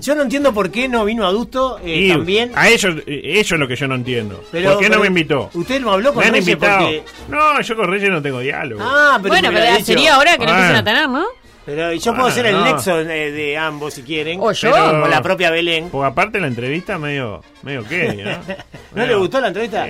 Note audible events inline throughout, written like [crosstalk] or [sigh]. Yo no entiendo por qué no vino Adusto eh, Y también. A ellos, eh, eso es lo que yo no entiendo. Pero- ¿Por qué pero no me invitó? Usted no habló con Me han Reyes invitado. porque- No, yo con Reyes no tengo diálogo. Ah, pero bueno, me hubiera pero dicho. sería ahora que lo Bueno. empiecen a tener, ¿no? Pero yo puedo Ah, ser el no. nexo eh, de ambos si quieren. O Oh, yo. Pero- O la propia Belén. Porque aparte la entrevista medio. medio [laughs] que, ¿no? ¿No le gustó la entrevista?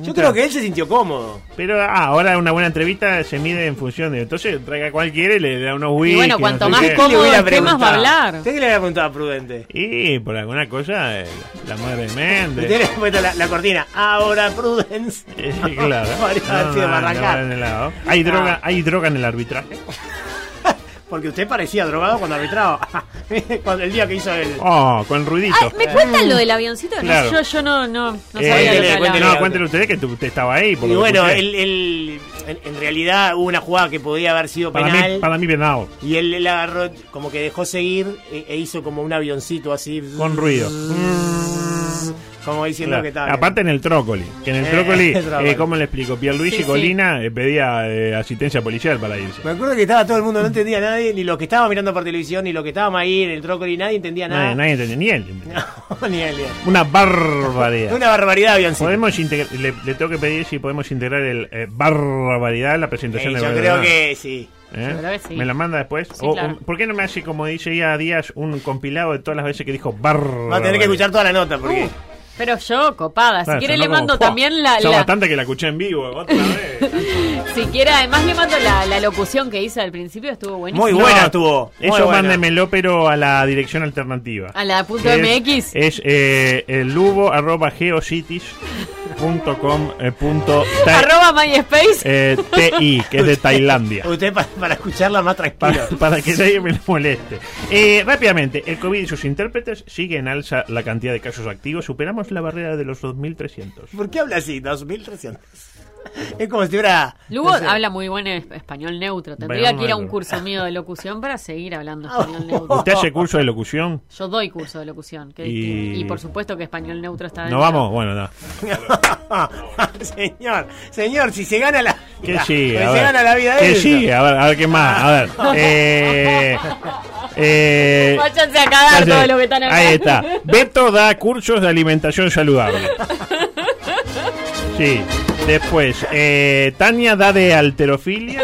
Yo creo que él se sintió cómodo. Pero ah, ahora una buena entrevista se mide en función de. Entonces traiga a cualquiera y le da unos whisky. Y bueno, no cuanto sé más qué. cómodo, le hubiera ¿qué más va a preguntado? hablar? ¿Usted qué le había preguntado a Prudente? Y por alguna cosa, eh, la madre de Méndez. [laughs] Usted le había puesto la, la cortina. Ahora Prudence. Eh, [laughs] claro. Ah, Mario García No, no, Barragán. no, no, no, no. Ah. ¿Hay, droga, ¿Hay droga en el arbitraje? Porque usted parecía drogado cuando arbitraba. [laughs] cuando el día que hizo el. Oh, con ruidito. Ay, Ah, ¿Me cuentan lo del avioncito? No, Claro. yo, yo no, no, no Eh, sabía de cuéntele, qué cuéntele. hablaba. no, cuéntele ustedes que tú- usted estaba ahí. por Y lo que bueno, escuché. el, el- en, en realidad hubo una jugada que podía haber sido para, penal. mí, para mí, venado. Y él la agarró, como que dejó seguir e, e hizo como un avioncito así. Con ruido. Como diciendo Claro. Mm, que estaba. bien. Aparte en el trócoli. Que en el Eh, trócoli, el trócoli. eh, ¿cómo le explico? Pierluigi Sí, sí. Colina eh, pedía eh, asistencia policial para irse. Me acuerdo que estaba todo el mundo, no entendía a nadie, ni los que estaban mirando por televisión, ni los que estaban ahí en el trócoli, nadie entendía nada. Nadie, nadie entendía, ni él. entendía. [laughs] No, ni él, ni él. Una barbaridad. Una barbaridad de avioncito. Podemos integrar, le, le tengo que pedir si podemos integrar el eh, barbaridad en la presentación Eh, de yo creo Barbaridad. que sí. ¿Eh? Yo creo que sí. ¿Me la manda después? Sí, O- claro. un- ¿Por qué no me hace, como dice ya Díaz, un compilado de todas las veces que dijo barro? Va a tener que escuchar toda la nota porque. Uh, pero yo, copada. Ah, Si quiere, le mando también la. Ya la- bastante que la escuché en vivo, [laughs] otra vez. si quiere, además le mando la, la locución que hice al principio, estuvo buenísimo. Muy buena estuvo. muy Eso buena. mándemelo, pero a la dirección alternativa. A la punto Que MX. Es, es eh, el lubo arroba geocities.com eh, punto ta- Arroba MySpace. eh, TI, que es de [laughs] Tailandia. Usted para, para escucharla más Para, tranquilo. [laughs] para que nadie me lo moleste. Eh, rápidamente, el COVID y sus intérpretes sigue en alza la cantidad de casos activos. Superamos la barrera de los 2.300. ¿Por qué habla así? 2300. Es como si fuera. Lugo no sé. habla muy buen es- español neutro. Tendría Bueno, que ir a un bueno. Ah, curso mío de locución para seguir hablando español neutro. ¿Usted hace curso de locución? Yo doy curso de locución. que- Y- y, por supuesto que español neutro está ¿No dentro. vamos? Bueno, no. [laughs] señor, señor, si se gana la Que vida, sí, pues a se ver. gana la vida de Que ellos. sí, a ver, a ver qué más. A ver. Eh, eh, Váyanse a cagar ya sé. todo lo que están acá. Ahí está. Beto da cursos de alimentación saludable. Sí. Después, eh, Tania da de alterofilia.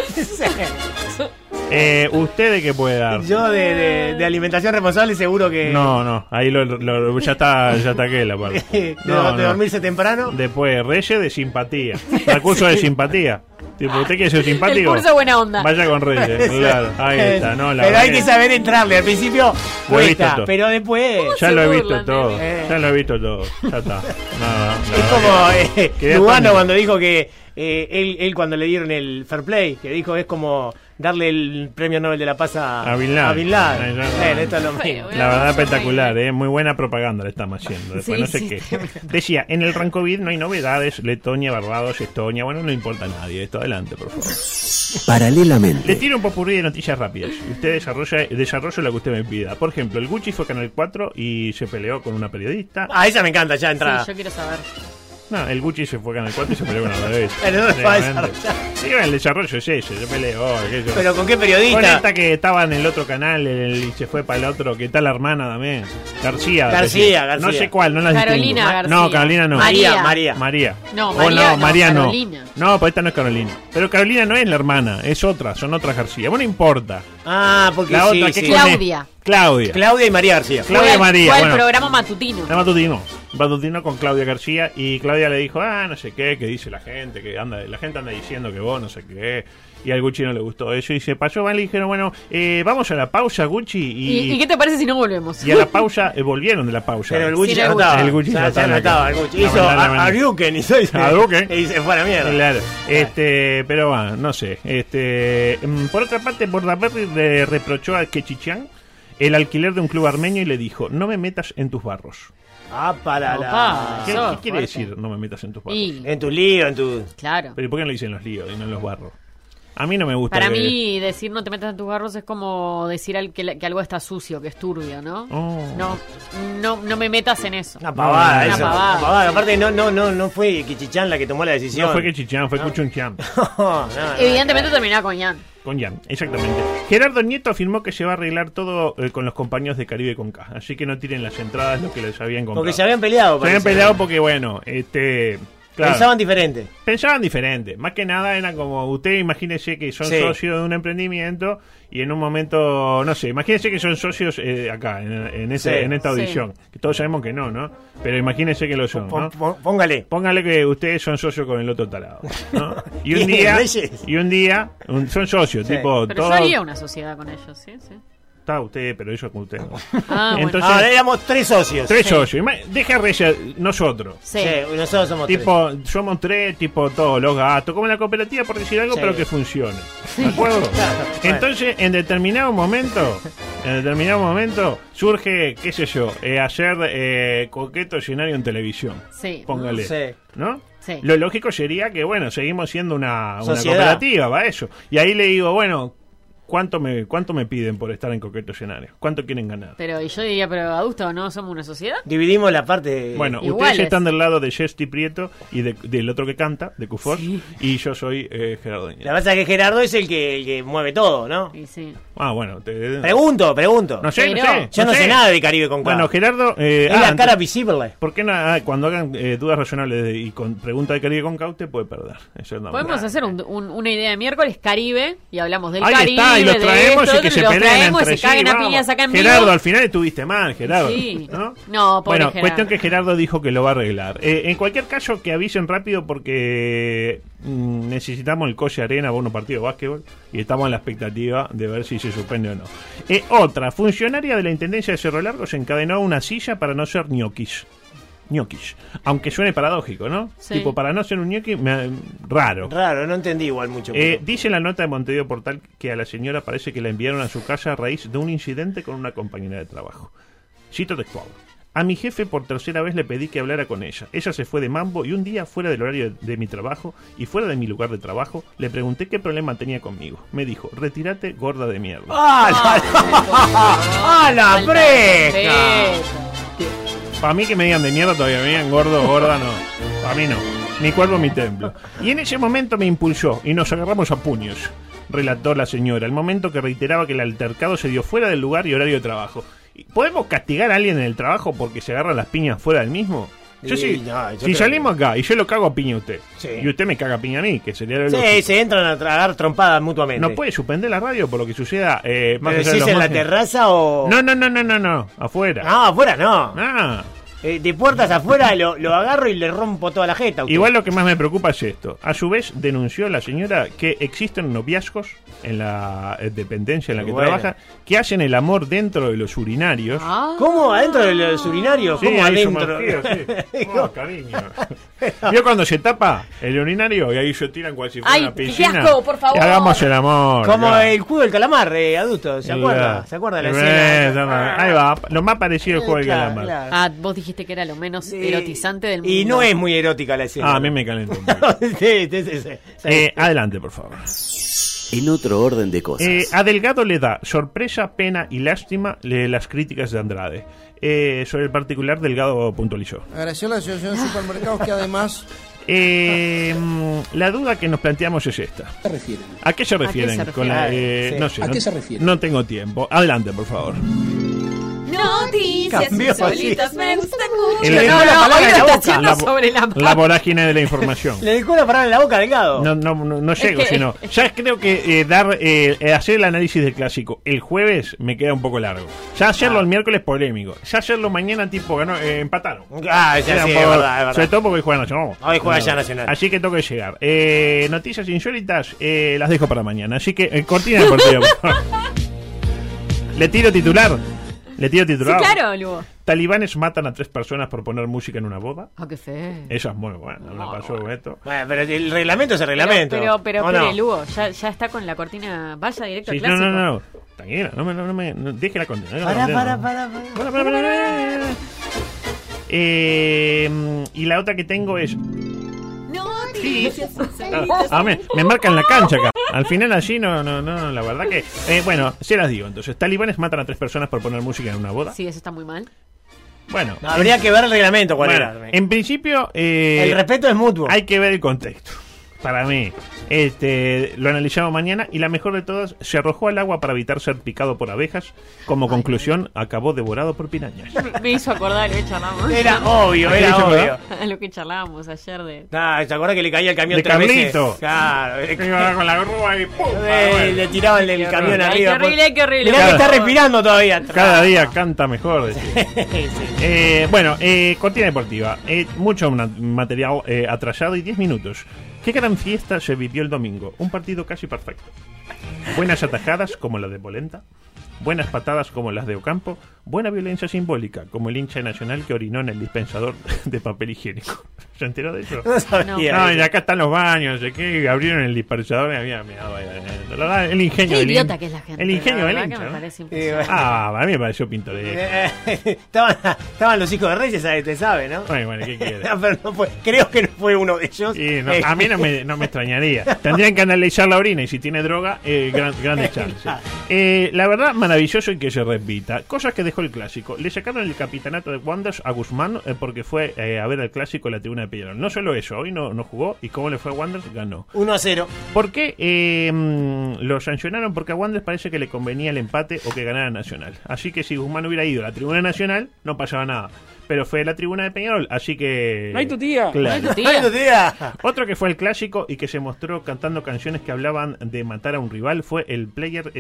Eh, ¿Usted de qué puede dar? [laughs] Yo de, de- de alimentación responsable seguro que No, no, ahí lo, lo- ya está, ya está que la [laughs] de, parte. de dormirse temprano. Después, Reyes de [laughs] simpatía. Da curso de simpatía. Tipo, ¿usted quiere ser El simpático? curso buena onda. Vaya con [laughs] Reyes, claro. Ahí está, no, la Eh, pero verdad hay que saber entrarle. Al principio Lo he visto cuesta, todo. pero después Ya lo he Se visto burlan de todo. mí. Ya lo he visto todo. Ya está. Nada, es nada. [laughs] como eh, Quedé Lugano atónito. cuando dijo que eh, él, él cuando le dieron el fair play, que dijo es como darle el premio Nobel de la Paz a, A Bin Laden. Laden. Ah, ya. Bueno, esto es lo mismo. Bueno, La verdad bueno, espectacular, ¿eh? muy buena propaganda le estamos haciendo. Después Sí, no sé sí, qué. tremendo. Decía, en el Rancovid no hay novedades, Letonia, Barbados, Estonia, bueno, no importa a nadie, esto adelante, por favor. Le Paralelamente, tiro un popurrí de noticias rápidas y usted desarrolla, desarrolla lo que usted me pida. Por ejemplo, el Gucci fue Canal 4 y se peleó con una periodista. Ah, esa me encanta ya entrada. Sí, yo quiero saber. No, el Gucci se fue Canal 4 y se peleó con la periodista. [laughs] Pero no lo va a Claramente. desarrollar. Sí, el desarrollo es ese, se peleó. qué sé yo. Pero con qué Con periodista. esta que estaba en el otro canal el- y se fue para el otro, que está la hermana también. García. García, parece. García. No sé cuál, no la Carolina distingo. Ma- García. No, Carolina no. María. María. María. No, Oh, María no, María no. Carolina. No, pues esta no es Carolina. Pero Carolina no es la hermana, es otra, son otras García. Bueno, no importa. Ah, porque La sí, otra, sí. que Claudia. Claudia. Claudia y María García. Claudia Fue al- María, Fue bueno. el programa matutino. La matutino. Matutino con Claudia García y Claudia le dijo, ah, no sé qué, que dice la gente, que anda, la gente anda diciendo que vos no sé qué. Y al Gucci no le gustó eso y se pasó mal y dijeron, bueno, eh, vamos a la pausa, Gucci. ¿Y, Y, y qué te parece si no volvemos? y a la pausa eh, volvieron de la pausa. Pero el Gucci Sí, ya el no estaba. El Gucci Ya- ya ya estaba no en la estaba. El cama. Gucci La hizo verdad, la a- verdad. Ariuken, hizo hizo- Ariuken. Y se fue a la mierda. Claro. Este, pero bueno, no sé. Este, mm, por otra parte, Bordaberry le reprochó a Quechichán el alquiler de un club armenio y le dijo, no me metas en tus barros. Ah, para Opa. ¿Qué, la. Eso, qué quiere fuerte. decir no me metas en tus barros? [laughs] Y, En tu lío, en tu. claro. Pero ¿y por qué no le dicen los líos y no los barros? A mí no me gusta. Para que- mí, decir no te metas en tus barros es como decir al- que, la- que algo está sucio, que es turbio, ¿no? Oh. No, no, no me metas en eso. Una pavada, Una eso. Una pavada. pavada. Aparte, no, no, no, no fue Kichichán la que tomó la decisión. No fue Quechichán, fue Cuchunchán. No, no, Evidentemente terminaba con Ian. Con Jan, exactamente. Gerardo Nieto afirmó que se va a arreglar todo eh, con los compañeros de Caribe con K. Así que no tiren las entradas lo que les habían comprado. Porque se habían peleado. Se habían parece. peleado porque, bueno, este. claro, pensaban... Pensaban diferente. diferente. Más que nada eran como, usted imagínese que son Sí. socios de un emprendimiento y en un momento, no sé, imagínese que son socios eh, acá, en, en ese, Sí. en esta Sí. audición. Que todos sabemos que no, ¿no? Pero imagínese que lo son, Pon- ¿no? pon- Póngale. Póngale que ustedes son socios con el otro tarado. [laughs] ¿no? Y un Bien, día. Reyes. Y un día. un- son socios, Sí. tipo. Pero todo, yo haría una sociedad con ellos, ¿sí? sí. Está usted, pero ellos con usted. [laughs] Ah, bueno. Entonces, Ahora éramos tres socios. tres socios. Ima- Deja Reyes, nosotros. Sí. Sí, nosotros somos tres. Tipo, somos tres, tipo todos los gastos, como la cooperativa por decir algo, Sí. pero que [laughs] funcione. ¿De acuerdo? Entonces, en determinado momento, en determinado momento, surge, qué sé yo, eh, hacer eh, coqueto escenario en televisión. Sí. Póngale. Sí. ¿No? Sí. Lo lógico sería que, bueno, seguimos siendo una, una Sociedad. cooperativa, va eso. Y ahí le digo, bueno, ¿cuánto me, cuánto me piden por estar en coqueto escenario? ¿Cuánto quieren ganar? Pero y yo diría, pero adusto, ¿no somos una sociedad? Dividimos la parte. Bueno, Iguales. ustedes están del lado de Chesty Prieto y de- del otro que canta, de Cufor, y yo soy eh, Gerardo Ñe. La verdad es que Gerardo es el que, el que mueve todo, ¿no? Y sí. Ah, bueno, te- Pregunto, pregunto. no sé, no Pero- sé. Yo no sé nada de Caribe con K. Bueno, Gerardo, eh, es ah, la ante- cara visible. ¿por qué no- ah, cuando hagan eh, dudas razonables de- y con preguntas de Caribe con K, usted puede perder? Eso es la Podemos verdad. hacer un- un- una idea de miércoles Caribe y hablamos del Ahí Caribe. está, y los de traemos esto, y que otro, se los peleen traemos, entre se caguen sí, a vamos. piñas acá en vivo. Gerardo, al final estuviste mal, Gerardo. Sí. ¿No? No, pobre Bueno, Gerardo. cuestión que Gerardo dijo que lo va a arreglar. Eh, en cualquier caso, que avisen rápido porque mm, necesitamos el coche arena para unos partidos de básquetbol y estamos en la expectativa de ver si se suspende o no. Eh, otra, funcionaria de la Intendencia de Cerro Largo se encadenó a una silla para no ser ñoquis. Ñoquis. Aunque suene paradójico, ¿no? Sí. Tipo, para no ser un ñoqui, me- raro. Raro, no entendí igual mucho. Eh, dice la nota de Montevideo Portal que a la señora parece que la enviaron a su casa a raíz de un incidente con una compañera de trabajo. Cito textual. A mi jefe por tercera vez le pedí que hablara con ella. Ella se fue de mambo y un día fuera del horario de, de mi trabajo y fuera de mi lugar de trabajo le pregunté qué problema tenía conmigo. Me dijo, retírate gorda de mierda. ¡Ah, la, ¡Ah, la Falta de fresca! respeto. Para mí que me digan de mierda todavía, me digan gordo, gorda no. Para mí no. Mi cuerpo, mi templo. Y en ese momento me impulsó y nos agarramos a puños, relató la señora, el momento que reiteraba que el altercado se dio fuera del lugar y horario de trabajo. ¿Y ¿Podemos castigar a alguien en el trabajo porque se agarran las piñas fuera del mismo? Yo Y sí, no, yo si creo salimos acá y yo lo cago a piña a usted, Sí. y usted me caga a piña a mí, que sería lo Sí, lógico. se entran a tragar trompadas mutuamente. No puede suspender la radio por lo que suceda. Eh, más ¿Pero allá de decís los en la márgenes. terraza o.? No, no, no, no, no, no, afuera. No, afuera no. Ah, eh, de puertas afuera lo, lo agarro y le rompo toda la jeta. a usted. Igual lo que más me preocupa es esto. A su vez denunció la señora que existen noviazgos en la eh, dependencia en la que Bueno. trabaja que hacen el amor dentro de los urinarios. Ah. ¿Cómo? ¿Adentro de los urinarios? Sí, ¿Cómo ahí adentro? yo marqueo, [laughs] sí. Oh, cariño. Vio cuando se tapa el urinario y ahí se tiran cual si fuera Ay, una qué piscina. asco, por favor. Y hagamos el amor. Como ya. el juego del calamar, eh, adulto. ¿Se acuerda? ¿Se acuerda la Eh, escena? Eh, no, no, Ahí va. Lo más parecido al juego del Claro, calamar. claro. Ah, vos dijiste que era lo menos Sí. erotizante del mundo. Y no es muy erótica la escena. Ah, a mí me calentó un poco. [laughs] Sí, sí, sí, sí. Eh, adelante, por favor. En otro orden de cosas. Eh, a Delgado le da sorpresa, pena y lástima le- las críticas de Andrade. Eh, sobre el particular, Delgado puntualizó. Agradeció a la Asociación de Supermercados que además Eh, mm, la duda que nos planteamos es esta. ¿A qué se refieren? ¿A qué se refieren? refieren? con la- eh, Sí. no sé, ¿A no- qué se refieren? No tengo tiempo. Adelante, por favor. Noticias Cambió así. insólitas me gusta mucho. El- No, la no, palabra ahora en la está boca. haciendo Eh, La bo- sobre la mano. La vorágine de la [laughs] información. Le dejó la parada en la boca, Delgado. No, no, no, no llego, que- sino. Ya creo que eh, dar eh, eh, hacer el análisis del clásico el jueves me queda un poco largo. Ya Ah. hacerlo el miércoles polémico. Ya hacerlo mañana tipo ganó, eh, empataron. Ah, ya Era sí, un es poco- verdad, es verdad. Sobre todo porque hoy juega Nacional. Hoy juega ya Nacional. Así que tengo que llegar. Eh, noticias insólitas eh, las dejo para mañana. Así que eh, cortina el partido. por [laughs] favor. Le tiro titular. Le tiro Sí, titular. claro, Lugo. Talibanes matan a tres personas por poner música en una boda. Ah, qué feo. Eso es muy bueno. Me pasó esto. Bueno, pero el reglamento es el reglamento. Pero, pero, ¿o pero, no? Lugo, ya, ya está con la cortina. Vaya directo Sí, al clásico. no, no, no. Tranquila, no me, no, no me. no- deje la condena. deje la Pará, condena. pará, pará, Pará, pará. pará, pará, pará. Eh, mm, y la otra que tengo es. Noticias Ah, insólitas. ah, me, me marcan la cancha acá. Al final allí no, no, no, la verdad que. eh, bueno, se las digo. Entonces, talibanes matan a tres personas por poner música en una boda. Sí, eso está muy mal. Bueno, No, Habría que ver el reglamento cuál bueno, era. en principio. eh, el respeto es mutuo. Hay que ver el contexto. Para mí, este, lo analizamos mañana y la mejor de todas, se arrojó al agua para evitar ser picado por abejas. Como conclusión, acabó devorado por pirañas. Me hizo acordar lo que charlamos. Era obvio, ¿A qué era dice, obvio. verdad? [laughs] lo que charlábamos ayer de. Ah, ¿Te acuerdas que le caía el camión De tres Carlito. veces? Claro. Que iba con la grúa y ¡pum! Ah, Eh, bueno. le tiraban el camión horrible, arriba. ay, qué horrible, qué horrible. Mirá que Claro. está respirando todavía. Cada día canta mejor. [laughs] decía. Sí, sí. Eh, bueno, eh, cortina deportiva. Eh, mucho na- material eh, atrasado y 10 minutos. ¿Qué gran fiesta se vivió el domingo? Un partido casi perfecto. Buenas atajadas como la de Polenta. Buenas patadas como las de Ocampo. Buena violencia simbólica como el hincha de nacional que orinó en el dispensador de papel higiénico. [laughs] ¿Se enteró de eso? No sabía. No, y acá están los baños, no sé qué, y abrieron el dispensador y había mirado ahí adentro. La verdad, el ingenio Qué del idiota hin- que es la gente. El ingenio la del verdad hincha. que me ¿no? parece Sí, impresionante. bueno. Ah, a mí me pareció pintoresco. Eh, estaban, estaban los hijos de Reyes, ahí, te sabe, ¿no? Bueno, bueno, ¿qué quiere? No, [laughs] pero no fue- creo que no fue uno de ellos. Y no, Eh, a mí no me, no me extrañaría. Tendrían que analizar la orina y si tiene droga, eh, gran- grandes chances. Eh, la verdad, maravilloso y que se repita. Cosas que dejó el clásico. Le sacaron el capitanato de Wanders a Guzmán eh, porque fue eh, a ver el clásico en la tribuna de Peñarol. No solo eso, hoy no, no jugó y como le fue a Wanders, ganó. 1 a 0. ¿Por qué eh, mm, lo sancionaron? Porque a Wanders parece que le convenía el empate o que ganara Nacional. Así que si Guzmán hubiera ido a la tribuna nacional, no pasaba nada. Pero fue a la tribuna de Peñarol, así que... No hay tu tía. Claro. Ay, tu tía. ¡Ay, no, tía! Otro que fue el clásico y que se mostró cantando canciones que hablaban de matar a un rival fue el player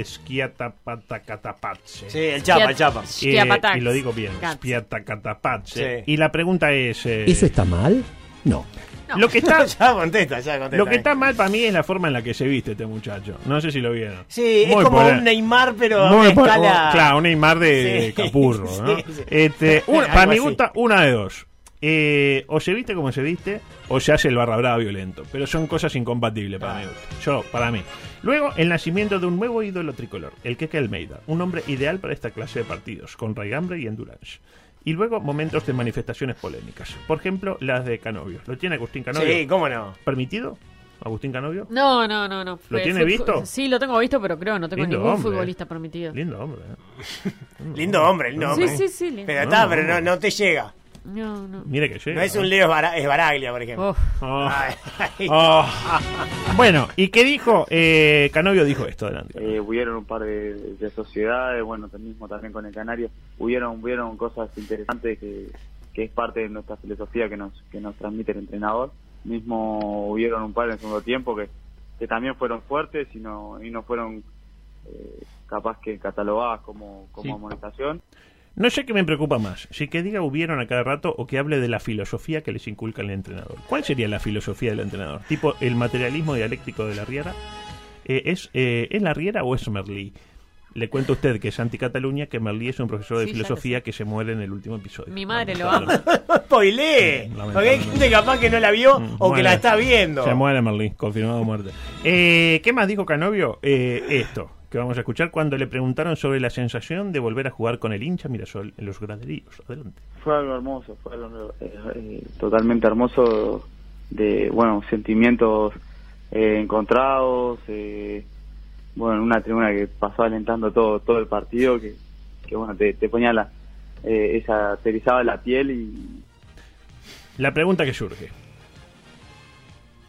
Schiatapatacatapatse. Sí, el chapa, el chapa. Eh, Schiapatax. y lo digo bien, Cats. Schiatacatapatse. Sí. Y la pregunta es... eh, está mal? No. lo que [laughs] está... Ya contesta, ya contesta. Lo que está mal para mí es la forma en la que se viste este muchacho. No sé si lo vieron. Sí, Muy es como polar- un Neymar, pero a Muy una por- oh, escala. Claro, un Neymar de Sí, capurro. ¿no? [laughs] sí, sí. Este, una- para [laughs] Algo mi así. gusta, una de dos. Eh, o se viste como se viste, o se hace el barra brava violento. Pero son cosas incompatibles Ah. para mi gusto. Yo, para mí. Luego, el nacimiento de un nuevo ídolo tricolor, el Keke Almeida. Un hombre ideal para esta clase de partidos, con raigambre y endurance. Y luego, momentos de manifestaciones polémicas. Por ejemplo, las de Canovio. ¿Lo tiene Agustín Canovio? Sí, cómo no. ¿Permitido? ¿Agustín Canovio? No, no, no, no. Fue- tiene fue- visto? Sí, lo tengo visto, pero creo no tengo Lindo ningún hombre. futbolista permitido. Lindo hombre. ¿eh? Lindo hombre, lindo Sí, hombre. sí, sí, lindo. Pero está, No, pero no. no, no te llega. No, no. Mire que llega. No es ¿eh? un Leo Esbara- Esbaraglia, por ejemplo. Uf. Oh. Ay, [laughs] ay. Oh. Bueno, ¿y qué dijo? Eh, Canovio dijo esto adelante. Eh, hubieron un par de, de sociedades, bueno, tú mismo también con el Canario, hubieron, hubieron cosas interesantes que, que es parte de nuestra filosofía que nos, que nos transmite el entrenador. Mismo hubieron un par en el segundo tiempo que, que también fueron fuertes y no, y no fueron eh, capaz que catalogadas como, como amonestación. No sé qué me preocupa más, si que diga hubieron a cada rato o que hable de la filosofía que les inculca el entrenador. ¿Cuál sería la filosofía del entrenador? ¿Tipo el materialismo dialéctico de la Riera? Eh, ¿es, eh, ¿Es la Riera o es Merlí? Le cuento a usted que es anti-Cataluña, que Merlí es un profesor de Sí, ya lo filosofía que se muere en el último episodio. Mi madre lo Lamentable. Mm, Spoilé. Porque hay lamentablemente. gente capaz que no la vio Mm, o que muere. la está viendo. Se muere Merlí, confirmado muerte. Eh, ¿Qué más dijo Canovio? Eh, esto, que vamos a escuchar cuando le preguntaron sobre la sensación de volver a jugar con el hincha Mirasol en los graderíos. Adelante. Fue algo hermoso, fue algo eh, eh, totalmente hermoso de, bueno, sentimientos eh, encontrados, eh, bueno, una tribuna que pasó alentando todo todo el partido, que, que bueno, te, te ponía la, eh, esa, te erizaba la piel y, La pregunta que surge.